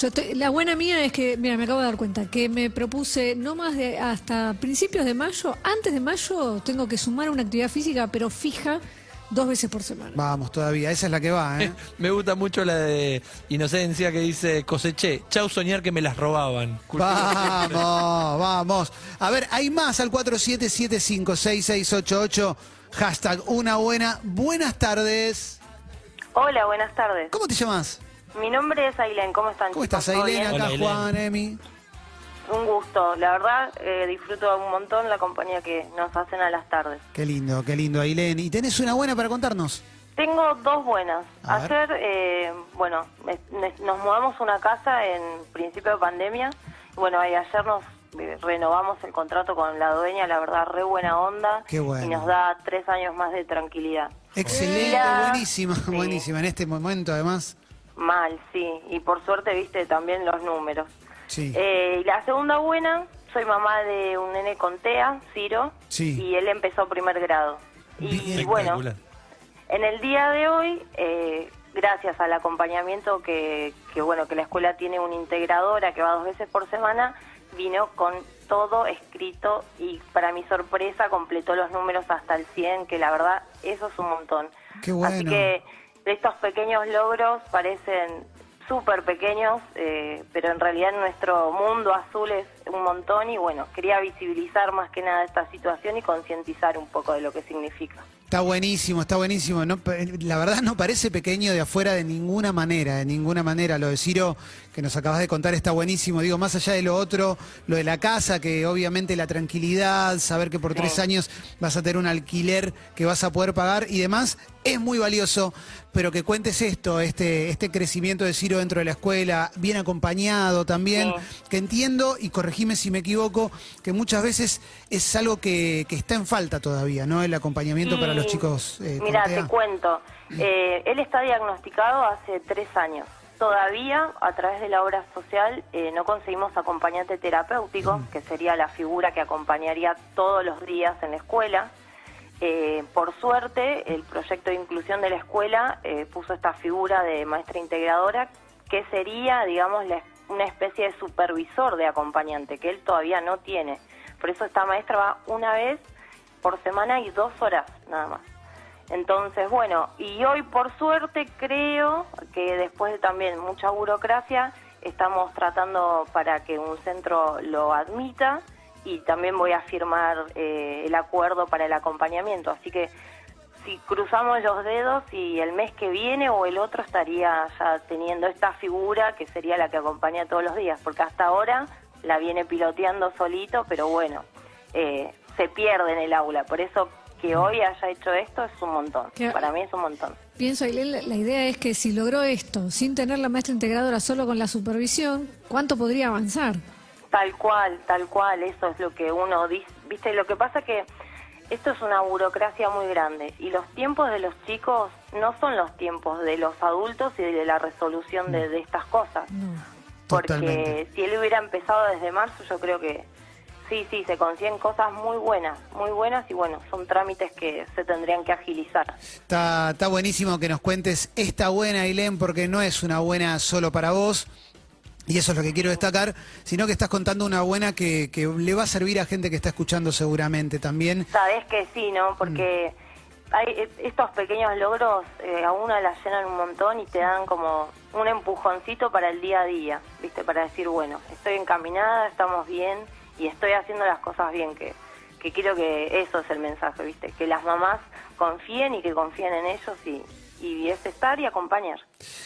S5: Yo estoy- la buena mía es que, mira, me acabo de dar cuenta, que me propuse no más de hasta principios de mayo, antes de mayo tengo que sumar una actividad física, pero fija, dos veces por semana.
S3: Vamos, todavía, esa es la que va, ¿eh?
S4: Me gusta mucho la de Inocencia que dice, coseché, chau soñar que me las robaban.
S3: Vamos, vamos. A ver, hay más al 47756688. Hashtag una buena. Buenas tardes.
S9: Hola, buenas tardes.
S3: ¿Cómo te llamas?
S9: Mi nombre es Ailén, ¿cómo están?
S3: ¿Cómo
S9: chicos?
S3: estás,
S9: ¿Todo
S3: Ailena?
S9: bien?
S4: Hola,
S3: Acá
S4: Ailén.
S3: Juan, eh. Emi.
S9: Un gusto, la verdad eh, disfruto un montón la compañía que nos hacen a las tardes.
S3: Qué lindo, qué lindo, Ailén. ¿Y tenés una buena para contarnos?
S10: Tengo dos buenas.
S3: A ver.
S10: Ayer, eh, bueno, me- me- nos mudamos a una casa en principio de pandemia. Bueno, y ayer nos eh, renovamos el contrato con la dueña, la verdad, re buena onda.
S3: Qué bueno.
S10: Y nos da tres años más de tranquilidad.
S3: Excelente,
S10: Mira.
S3: buenísima,
S10: Sí.
S3: buenísima. En este momento, además,
S10: Mal, sí. Y por suerte viste también los números.
S3: Sí.
S10: Eh, y la segunda buena, soy mamá de un nene con TEA, Ciro.
S3: Sí.
S10: Y él empezó primer grado. Y,
S3: Bien.
S10: bueno,
S4: Espectacular.
S10: en el día de hoy, eh, gracias al acompañamiento que, que, bueno que la escuela tiene una integradora que va dos veces por semana, vino con todo escrito y para mi sorpresa completó los números hasta el 100, que la verdad eso es un montón.
S3: Qué bueno.
S10: Así que estos pequeños logros parecen súper pequeños, eh, pero en realidad en nuestro mundo azul es un montón y bueno, quería visibilizar más que nada esta situación y concientizar un poco de lo que significa.
S3: Está buenísimo, está buenísimo. No, pa- eh, la verdad no parece pequeño de afuera de ninguna manera, de ninguna manera. Lo de Ciro que nos acabas de contar está buenísimo. Digo, más allá de lo otro, lo de la casa, que obviamente la tranquilidad, saber que por tres años vas a tener un alquiler que vas a poder pagar y demás, es muy valioso. Pero que cuentes esto, este, este crecimiento de Ciro dentro de la escuela, bien acompañado también, que entiendo, y corregime si me equivoco, que muchas veces es algo que, que está en falta todavía, ¿no? El acompañamiento tratamiento para los
S10: Y,
S3: chicos eh, con
S10: Mira,
S3: TEA? Mm.
S10: te cuento. Eh, él está diagnosticado hace tres años. Todavía, a través de la obra social, eh, no conseguimos acompañante terapéutico,
S3: Mm.
S10: que sería la figura que acompañaría todos los días en la escuela. Eh, por suerte, el proyecto de inclusión de la escuela eh, puso esta figura de maestra integradora, que sería, digamos, la- una especie de supervisor de acompañante, que él todavía no tiene. Por eso esta maestra va una vez por semana y dos horas nada más. Entonces, bueno, y hoy por suerte creo que después de también mucha burocracia, estamos tratando para que un centro lo admita y también voy a firmar eh, el acuerdo para el acompañamiento. Así que si cruzamos los dedos y el mes que viene o el otro estaría ya teniendo esta figura que sería la que acompaña todos los días, porque hasta ahora la viene piloteando solito, pero bueno, eh, se pierde en el aula. Por eso que hoy haya hecho esto es un montón.
S5: Claro.
S10: Para mí es un montón.
S5: Pienso, Ailén, la- la idea es que si logró esto sin tener la maestra integradora, solo con la supervisión, ¿cuánto podría avanzar?
S10: Tal cual, tal cual, eso es lo que uno dice. Viste, lo que pasa que esto es una burocracia muy grande y los tiempos de los chicos no son los tiempos de los adultos y de la resolución de, de estas cosas. Porque
S3: Totalmente.
S10: si él hubiera empezado desde marzo, yo creo que sí, sí, se consiguen cosas muy buenas, muy buenas y bueno, son trámites que se tendrían que agilizar.
S3: Está, está buenísimo que nos cuentes esta buena, Ailén, porque no es una buena solo para vos. Y eso es lo que quiero destacar, sino que estás contando una buena que, que le va a servir a gente que está escuchando seguramente también.
S10: Sabes que sí, ¿no? Porque hay, eh, estos pequeños logros eh, a una la llenan un montón y te dan como un empujoncito para el día a día, ¿viste? Para decir, bueno, estoy encaminada, estamos bien y estoy haciendo las cosas bien, que, que quiero que eso es el mensaje, ¿viste? Que las mamás confíen y que confíen en ellos y, y es estar y acompañar.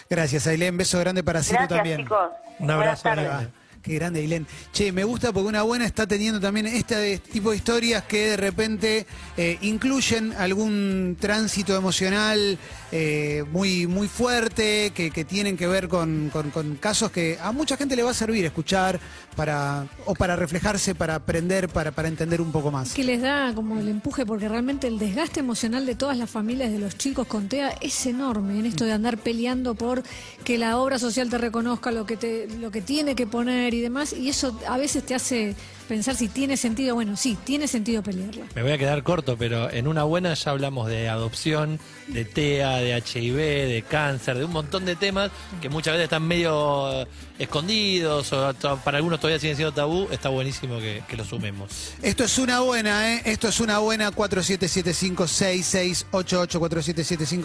S3: Gracias, Ailén. Beso grande para Ciro
S10: Gracias,
S3: también.
S10: chicos.
S4: Un abrazo
S10: Buenas tardes.
S4: grande.
S3: Ah, Qué grande, Ailén. Che, me gusta porque una buena está teniendo también este de- tipo de historias que de repente eh, incluyen algún tránsito emocional eh, muy, muy fuerte, que, que tienen que ver con, con- con casos que a mucha gente le va a servir escuchar para, o para reflejarse, para aprender, para, para entender un poco más.
S5: Que les da como el empuje, porque realmente el desgaste emocional de todas las familias de los chicos con TEA es enorme en esto de andar peleando por que la obra social te reconozca lo que, te, lo que tiene que poner y demás, y eso a veces te hace pensar si tiene sentido, bueno, sí, tiene sentido pelearla.
S4: Me voy a quedar corto, pero en una buena ya hablamos de adopción, de TEA, de HIV, de cáncer, de un montón de temas que muchas veces están medio eh, escondidos o to- para algunos todavía siguen siendo tabú. Está buenísimo que, que lo sumemos.
S3: Esto es una buena, ¿eh? Esto es una buena. 4775-6688.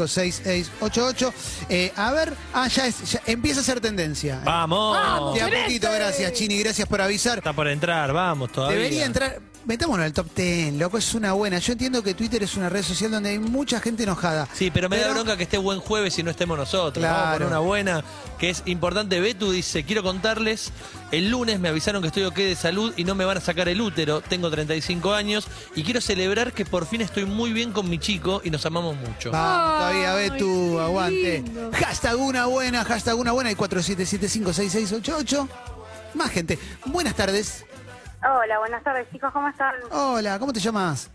S3: 4775-6688. Eh, a ver, ah, ya, es- ya empieza a ser tendencia.
S4: ¡Vamos!
S3: De a poquito, gracias, Chini. Gracias por avisar.
S4: Está por entrar, vamos todavía.
S3: Debería entrar. metámonos en el top 10, loco, es una buena. Yo entiendo que Twitter es una red social donde hay mucha gente enojada.
S4: Sí, pero me da bronca que esté buen jueves y no estemos nosotros.
S3: Claro.
S4: Vamos a poner una buena, que es importante. Betu dice, quiero contarles, el lunes me avisaron que estoy ok de salud y no me van a sacar el útero. Tengo 35 años y quiero celebrar que por fin estoy muy bien con mi chico y nos amamos mucho.
S3: Vamos, todavía
S5: Ay,
S3: ve tú,
S5: qué
S3: aguante.
S5: lindo.
S3: Hashtag una buena, hashtag una buena y 47756688. Más gente. Buenas tardes.
S11: Hola, buenas tardes, chicos, ¿cómo están?
S3: Hola, ¿cómo te llamas?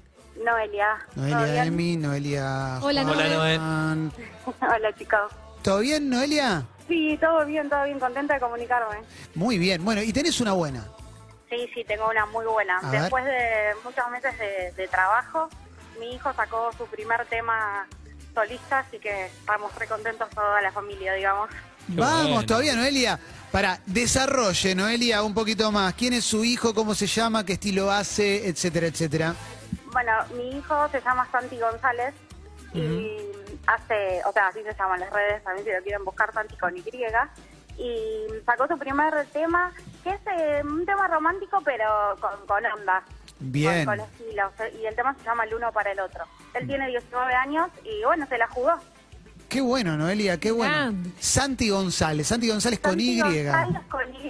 S11: Noelia. ¿Todo
S3: Noelia
S11: bien?
S3: Emi, Noelia.
S5: Hola,
S4: Hola,
S5: Noel.
S4: Noé.
S3: Juan.
S11: Hola, chicos.
S3: ¿Todo bien, Noelia?
S11: Sí, todo bien, todo bien, contenta de comunicarme.
S3: Muy bien. Bueno, y tenés una buena.
S11: Sí, sí, tengo una muy buena.
S3: A ver.
S11: Después de muchos meses de, de trabajo, mi hijo sacó su primer tema solista, así que estamos re contentos toda la familia, digamos.
S4: Qué
S3: Vamos,
S4: bueno.
S3: todavía, Noelia. Para, desarrolle, Noelia, un poquito más. ¿Quién es su hijo? ¿Cómo se llama? ¿Qué estilo hace? Etcétera, etcétera.
S11: Bueno, mi hijo se llama Santi González y hace, o sea, así se llaman las redes, también si lo quieren buscar, Santi con Y. Y sacó su primer tema, que es eh, un tema romántico, pero con, con onda.
S3: Bien. Mm.
S11: Con, con estilo. Y el tema se llama El uno para el otro. Él tiene 19 años y bueno, se la jugó.
S3: Qué bueno, Noelia, qué bueno.
S5: Grande.
S3: Santi González, Santi González con
S11: Santi
S3: Y.
S11: González con Y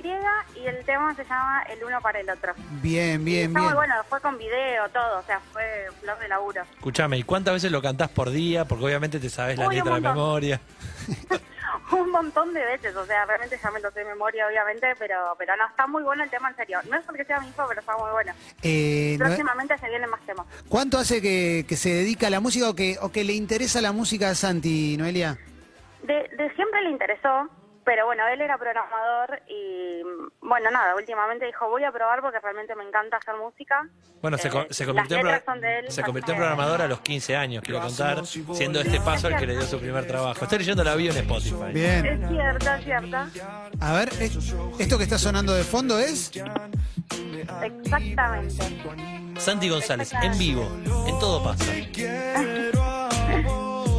S11: y el tema se llama El uno para el otro.
S3: Bien,
S11: Y
S3: bien,
S11: está
S3: bien.
S11: muy bueno, fue con video, todo, o sea, fue flor de laburo.
S4: Escuchame, ¿y cuántas veces lo cantás por día? Porque obviamente te sabes la
S11: Uy, un
S4: letra de
S11: montón.
S4: memoria.
S11: Un montón de veces, o sea, realmente ya me lo sé de memoria, obviamente, pero pero no, está muy bueno el tema en serio. No es porque sea mi hijo, pero está muy bueno.
S3: Eh, Noe-
S11: Próximamente se vienen más temas.
S3: ¿Cuánto hace que, que se dedica a la música o que, o que le interesa la música a Santi, Noelia?
S11: De, de siempre le interesó, pero bueno, él era programador y bueno, nada, últimamente dijo, voy a probar porque realmente me encanta hacer música.
S4: Bueno, se,
S11: Eh,
S4: co- se convirtió, en
S11: las letras
S4: pro-
S11: son de él,
S4: se convirtió en
S11: así que-
S4: programador a los 15 años, quiero contar, siendo este paso el que le dio su primer trabajo. Estoy leyendo la bio en Spotify.
S3: Bien.
S11: Es cierto, es cierto.
S3: A ver, eh, esto que está sonando de fondo es.
S11: Exactamente.
S4: Santi González, en vivo, en todo pasa.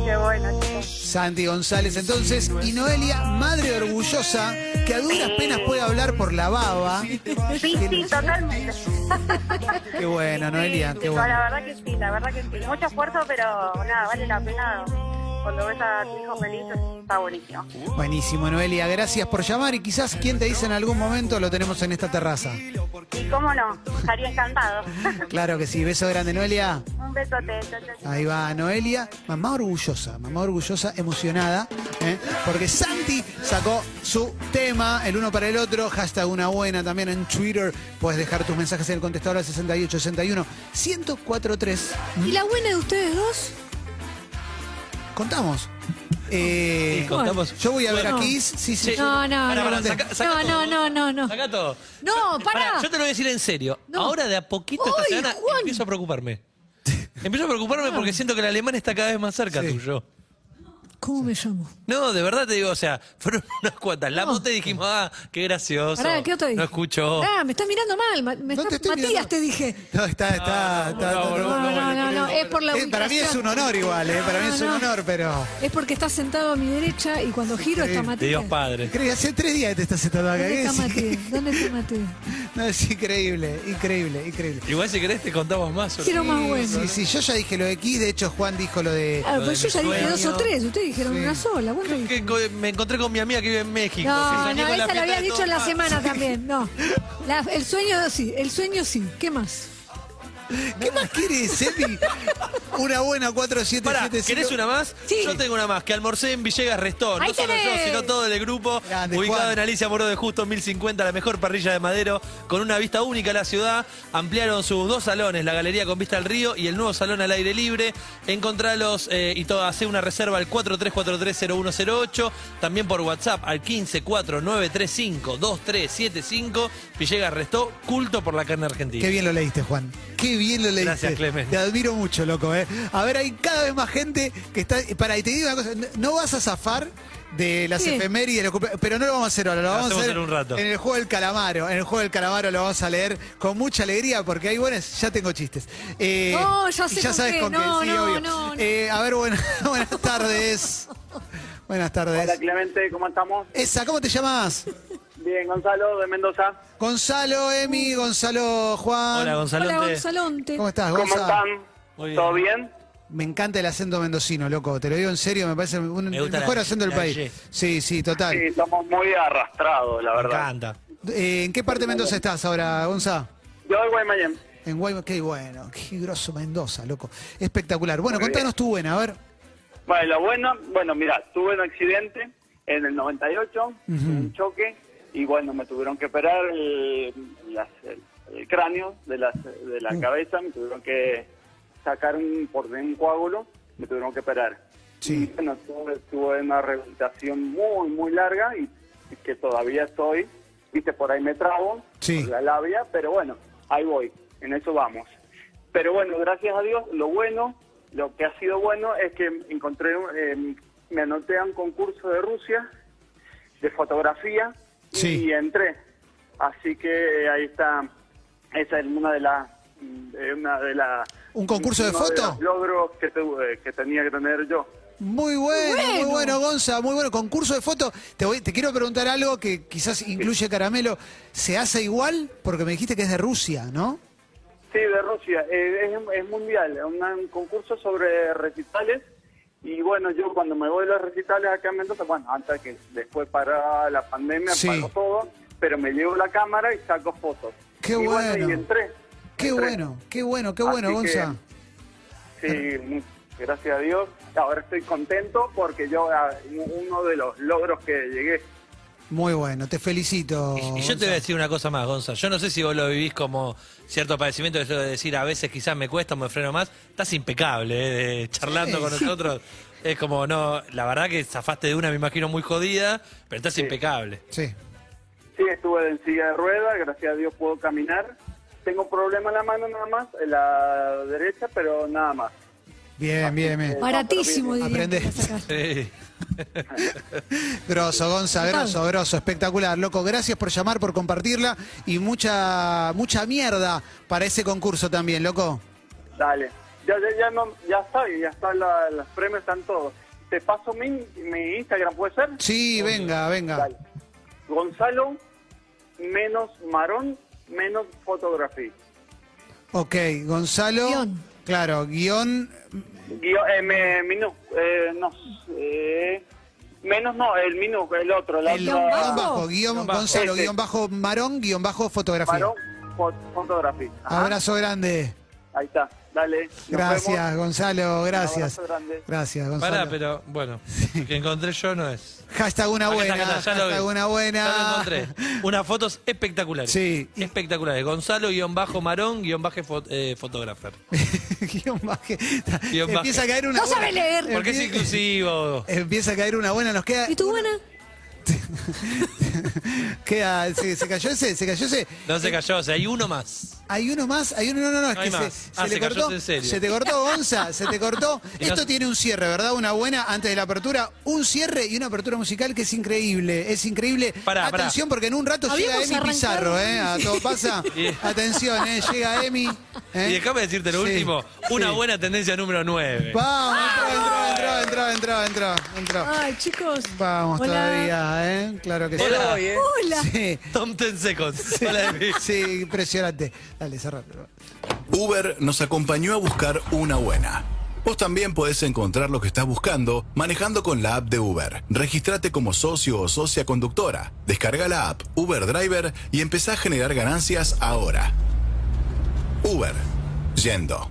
S11: Qué bueno, chicos.
S3: Santi González entonces y Noelia, madre orgullosa, que a duras penas puede hablar por la baba.
S11: Sí, sí, totalmente.
S3: Qué bueno, Noelia,
S11: Sí,
S3: qué
S11: no,
S3: bueno.
S11: La verdad que sí, la verdad que sí. Mucho esfuerzo, pero nada, vale la pena. Cuando ves a tu hijo feliz, está buenísimo.
S3: Buenísimo, Noelia, gracias por llamar y quizás quien te dice en algún momento lo tenemos en esta terraza.
S11: Y cómo no, estaría encantado.
S3: Claro que sí, beso grande, Noelia.
S11: Un besote. chao, chao, chao.
S3: Ahí va Noelia, mamá orgullosa, mamá orgullosa, emocionada, ¿eh? porque Santi sacó su tema, el uno para el otro, hashtag una buena también en Twitter. Puedes dejar tus mensajes en el contestador al 6861 1043.
S5: ¿Y la buena de ustedes dos?
S3: Contamos. Eh,
S4: Sí, contamos.
S3: Yo voy a ver
S5: Bueno.
S3: a Kiss. Sí, sí.
S4: Sí.
S3: yo-
S5: No, no,
S4: Pará,
S5: no.
S4: pará, saca- saca
S5: no,
S4: todo.
S5: no, no, no, no.
S4: Acá todo.
S5: No,
S4: Yo-
S5: pará.
S4: Yo te lo voy a decir en serio.
S5: No.
S4: Ahora de a poquito esta
S5: Ay,
S4: semana
S5: Juan.
S4: empiezo a preocuparme. Empiezo a preocuparme porque siento que el alemán está cada vez más cerca tuyo.
S5: ¿Cómo me llamo?
S4: No, de verdad te digo, o sea, fueron unas cuantas. La mote dijimos, ah, qué gracioso.
S5: Pará, ¿qué otro dije?
S4: no escuchó.
S5: Ah, me estás mirando mal. ma- me
S3: No
S5: estás-
S3: te estoy
S5: Matías
S3: mirando.
S5: te dije.
S3: No, está, está, está-
S4: no,
S3: está- está-
S4: no,
S5: No, no, no, no, es por la
S3: Eh,
S5: ubicación.
S3: para mí es un honor igual, eh, para mí
S5: No,
S3: es un
S5: no.
S3: honor, pero...
S5: Es porque estás sentado a mi derecha y cuando giro está
S3: increíble.
S4: De
S5: Matías.
S4: Dios Padre.
S3: Creo que hace tres días que te estás sentando acá.
S5: ¿Dónde
S3: ¿eh?
S5: está
S3: Sí, que-
S5: Matías? ¿Dónde está Matías?
S3: No, es increíble, increíble, increíble.
S4: Igual si querés te contamos más. sobre-
S5: Quiero más bueno.
S3: Sí, sí, yo ya dije lo de Kiss, de hecho Juan dijo lo de...
S5: Ah, pues yo
S4: de
S5: ya
S4: mi
S5: dije dos
S4: sueño.
S5: o tres, ustedes dijeron
S3: Sí.
S5: una sola. Bueno, no,
S4: Que co- me encontré con mi amiga que vive en México. que
S5: no,
S4: soñé con la
S5: esa la
S4: fiesta
S5: había
S4: de
S5: dicho
S4: todos
S5: en la
S4: los
S5: semana también, no. La- el sueño sí, el sueño sí. ¿Qué más?
S3: ¿Qué más quieres, Emi? Una buena
S4: Pará,
S3: 4775.
S4: ¿querés una más?
S5: Sí.
S4: Yo tengo una más, que almorcé en Villegas Restón.
S5: Ahí
S4: No solo yo,
S5: tenés.
S4: sino todo el grupo.
S3: Grande,
S4: ubicado
S3: Juan.
S4: en Alicia Moró de Justo 1050, la mejor parrilla de madero, con una vista única a la ciudad. Ampliaron sus dos salones, la galería con vista al río y el nuevo salón al aire libre. Encontralos eh, y todo, hace una reserva al 43430108. También por WhatsApp al 1549352375. Villegas Restó, culto por la carne argentina.
S3: Qué bien lo leíste, Juan. Qué bien lo leíste.
S4: Gracias, Clemen.
S3: Te admiro mucho, loco, ¿eh? A ver, hay cada vez más gente que está... Para, y te digo una cosa, no- no vas a zafar de las
S5: ¿Qué?
S3: efemérides, de los cumple- pero no lo vamos a hacer ahora, lo
S4: Lo
S3: vamos a
S4: hacemos
S3: hacer
S4: en un rato.
S3: en el juego del calamaro. En el juego del calamaro lo vamos a leer con mucha alegría porque hay buenas, ya tengo chistes. Eh,
S5: No, ya
S3: y
S5: sé
S3: ya
S5: con
S3: sabes
S5: qué.
S3: con
S5: No,
S3: qué, sí,
S5: no,
S3: obvio.
S5: no, no.
S3: Eh, a ver, buena- buenas tardes. Buenas tardes.
S12: Clemente, ¿cómo estamos?
S3: Esa, ¿cómo te llamas?
S12: Bien, Gonzalo de Mendoza.
S3: Gonzalo, Emi, Gonzalo, Juan.
S4: Hola, Gonzalonte.
S5: Hola, Gonzalonte.
S3: ¿Cómo estás,
S12: ¿Cómo
S3: Gonzalo?
S12: están?
S4: Muy bien.
S12: ¿Todo bien?
S3: Me encanta el acento mendocino, loco. Te lo digo en serio, me parece un,
S4: Me
S3: el
S4: gusta la-
S3: mejor acento del
S4: la
S3: país.
S4: Y.
S3: Sí, sí, total.
S12: Sí, estamos muy arrastrados, la
S4: Me
S12: verdad.
S4: encanta.
S3: Eh, ¿En qué parte de Mendoza estás ahora, Gonza?
S12: Yo voy mañana.
S3: En Guaymas, qué bueno, qué grosso Mendoza, loco. Espectacular. Bueno, contanos tu buena, a ver.
S12: Bueno, lo bueno, bueno, mira, tuve un accidente en el 98, un choque, y bueno, me tuvieron que operar el, las- el- el cráneo de, las- de la cabeza, me tuvieron que sacar un, por un coágulo, me tuvieron que operar.
S3: Sí.
S12: Y bueno, tuve, tuve una rehabilitación muy, muy larga y, y que todavía estoy, viste, por ahí me trago,
S3: Sí.
S12: por la labia, pero bueno, ahí voy, en eso vamos. Pero bueno, gracias a Dios, lo bueno, lo que ha sido bueno es que encontré, eh, me anoté a un concurso de Rusia de fotografía
S3: Sí.
S12: y entré. Así que eh, ahí está, esa es una de las... eh, Una de las
S3: ¿Un concurso de
S12: uno
S3: foto?
S12: los logros que, tuve- que tenía que tener yo.
S3: Muy bueno, muy
S5: Bueno.
S3: bueno, Gonza, muy bueno. Concurso de fotos. Te, voy- te quiero preguntar algo que quizás incluye caramelo. ¿Se hace igual? Porque me dijiste que es de Rusia, ¿no?
S12: Sí, de Rusia. Eh, es, es mundial. Es una- un concurso sobre recitales. Y bueno, yo cuando me voy a los recitales acá en Mendoza, bueno, antes que después para la pandemia,
S3: Sí.
S12: paró todo, pero me llevo la cámara y saco fotos.
S3: Qué
S12: y
S3: bueno.
S12: Y entré.
S3: Qué
S12: Entré.
S3: bueno, qué bueno, qué
S12: Así
S3: bueno,
S12: que-
S3: Gonza.
S12: Sí, mu- gracias a Dios. Ahora estoy contento porque yo, ah, uno de los logros que llegué.
S3: Muy bueno, te felicito.
S4: Y, y yo te
S3: Gonza.
S4: voy a decir una cosa más, Gonza. Yo no sé si vos lo vivís como cierto padecimiento, eso de decir a veces quizás me cuesta o me freno más. Estás impecable, eh, de- charlando
S3: Sí.
S4: con nosotros. Es como, no, la verdad que zafaste de una, me imagino, muy jodida, pero estás impecable.
S3: Sí.
S12: Sí, estuve en silla de ruedas, gracias a Dios puedo caminar. Tengo un problema en la mano nada más, en la derecha, pero nada más.
S3: Bien, bien, bien.
S5: Baratísimo, diría.
S3: Aprende.
S5: que la sacaste.
S4: Sí.
S3: Grosso, Gonza, grosso, grosso, espectacular, loco. Gracias por llamar, por compartirla y mucha, mucha mierda para ese concurso también, loco.
S12: Dale. Ya, ya, ya, no, ya está, ya está, la, los premios están todos. Te paso mi, mi Instagram, ¿puede ser?
S3: Sí, venga, venga.
S12: Dale. Gonzalo, menos marón, menos fotografía.
S3: Ok, Gonzalo.
S5: Guión.
S3: Claro, guión.
S12: Guio- eh, me- minu- eh, no, eh, menos no, el minu, el otro, la
S3: el-
S12: otra-
S5: bajo.
S3: guión,
S4: Guión bajo.
S3: Gonzalo,
S12: Ese.
S3: guión bajo marón, guión bajo fotografía.
S12: Este. marón, fo- fotografía. Ajá.
S3: Abrazo grande.
S12: Ahí está, dale. Nos
S3: Gracias,
S12: vemos.
S3: Gonzalo, gracias.
S12: abrazo grande.
S3: Gracias, Gonzalo.
S4: Pará, pero bueno, lo que encontré yo no es.
S3: Hashtag una
S4: Acá
S3: buena.
S4: está, acá está, ya lo
S3: hashtag
S4: vi.
S3: una buena.
S4: Ya lo encontré. Unas fotos espectaculares.
S3: Sí.
S4: Espectaculares. Gonzalo, guión bajo marón, guión bajo fo- eh, fotógrafer.
S3: Guión baje.
S4: Guión baje.
S3: Empieza a caer una
S5: No
S3: buena.
S5: sabe leer.
S4: Porque es inclusivo.
S3: Empieza a caer una buena, nos queda.
S5: ¿Y tú buena?
S3: queda se, se cayó ese, se cayó ese.
S4: No se cayó, o sea, hay uno más.
S3: Hay uno más, hay uno, no, no, no,
S4: No
S3: es que
S4: hay
S3: se,
S4: más.
S3: se
S4: Ah,
S3: le
S4: se cayó
S3: cortó.
S4: en serio.
S3: Se te cortó, Gonza, se te cortó.
S4: Y no-
S3: Esto tiene un cierre, ¿verdad? Una buena antes de la apertura, un cierre y una apertura musical que es increíble, es increíble.
S4: Pará, pará.
S3: Atención, porque en un rato llega
S5: Habíamos
S3: Emi
S5: arrancado-
S3: Pizarro, ¿eh? A todo pasa.
S4: Y-
S3: Atención, ¿eh? Llega Emi. ¿eh?
S4: Y déjame decirte lo
S3: Sí,
S4: último, una
S3: sí.
S4: buena tendencia número 9.
S3: Vamos, entró, entró, entró, entró, entró, entró.
S5: ¡Ah, Ay, chicos.
S3: Vamos
S5: Hola.
S3: todavía, ¿eh? Claro que sí.
S4: Hola. Hoy,
S5: Hola.
S3: Sí,
S4: Tom Ten Seconds. Hola, Emi.
S3: sí, impresionante. Dale, cerrate.
S2: Uber nos acompañó a buscar una buena. Vos también podés encontrar lo que estás buscando manejando con la app de Uber. Regístrate como socio o socia conductora. Descarga la app Uber Driver y empezá a generar ganancias ahora. Uber. Yendo.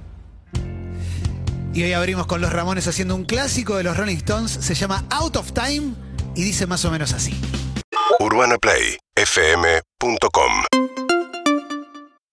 S3: Y hoy abrimos con los Ramones haciendo un clásico de los Rolling Stones, se llama Out of Time y dice más o menos así.
S13: UrbanaPlayFM.com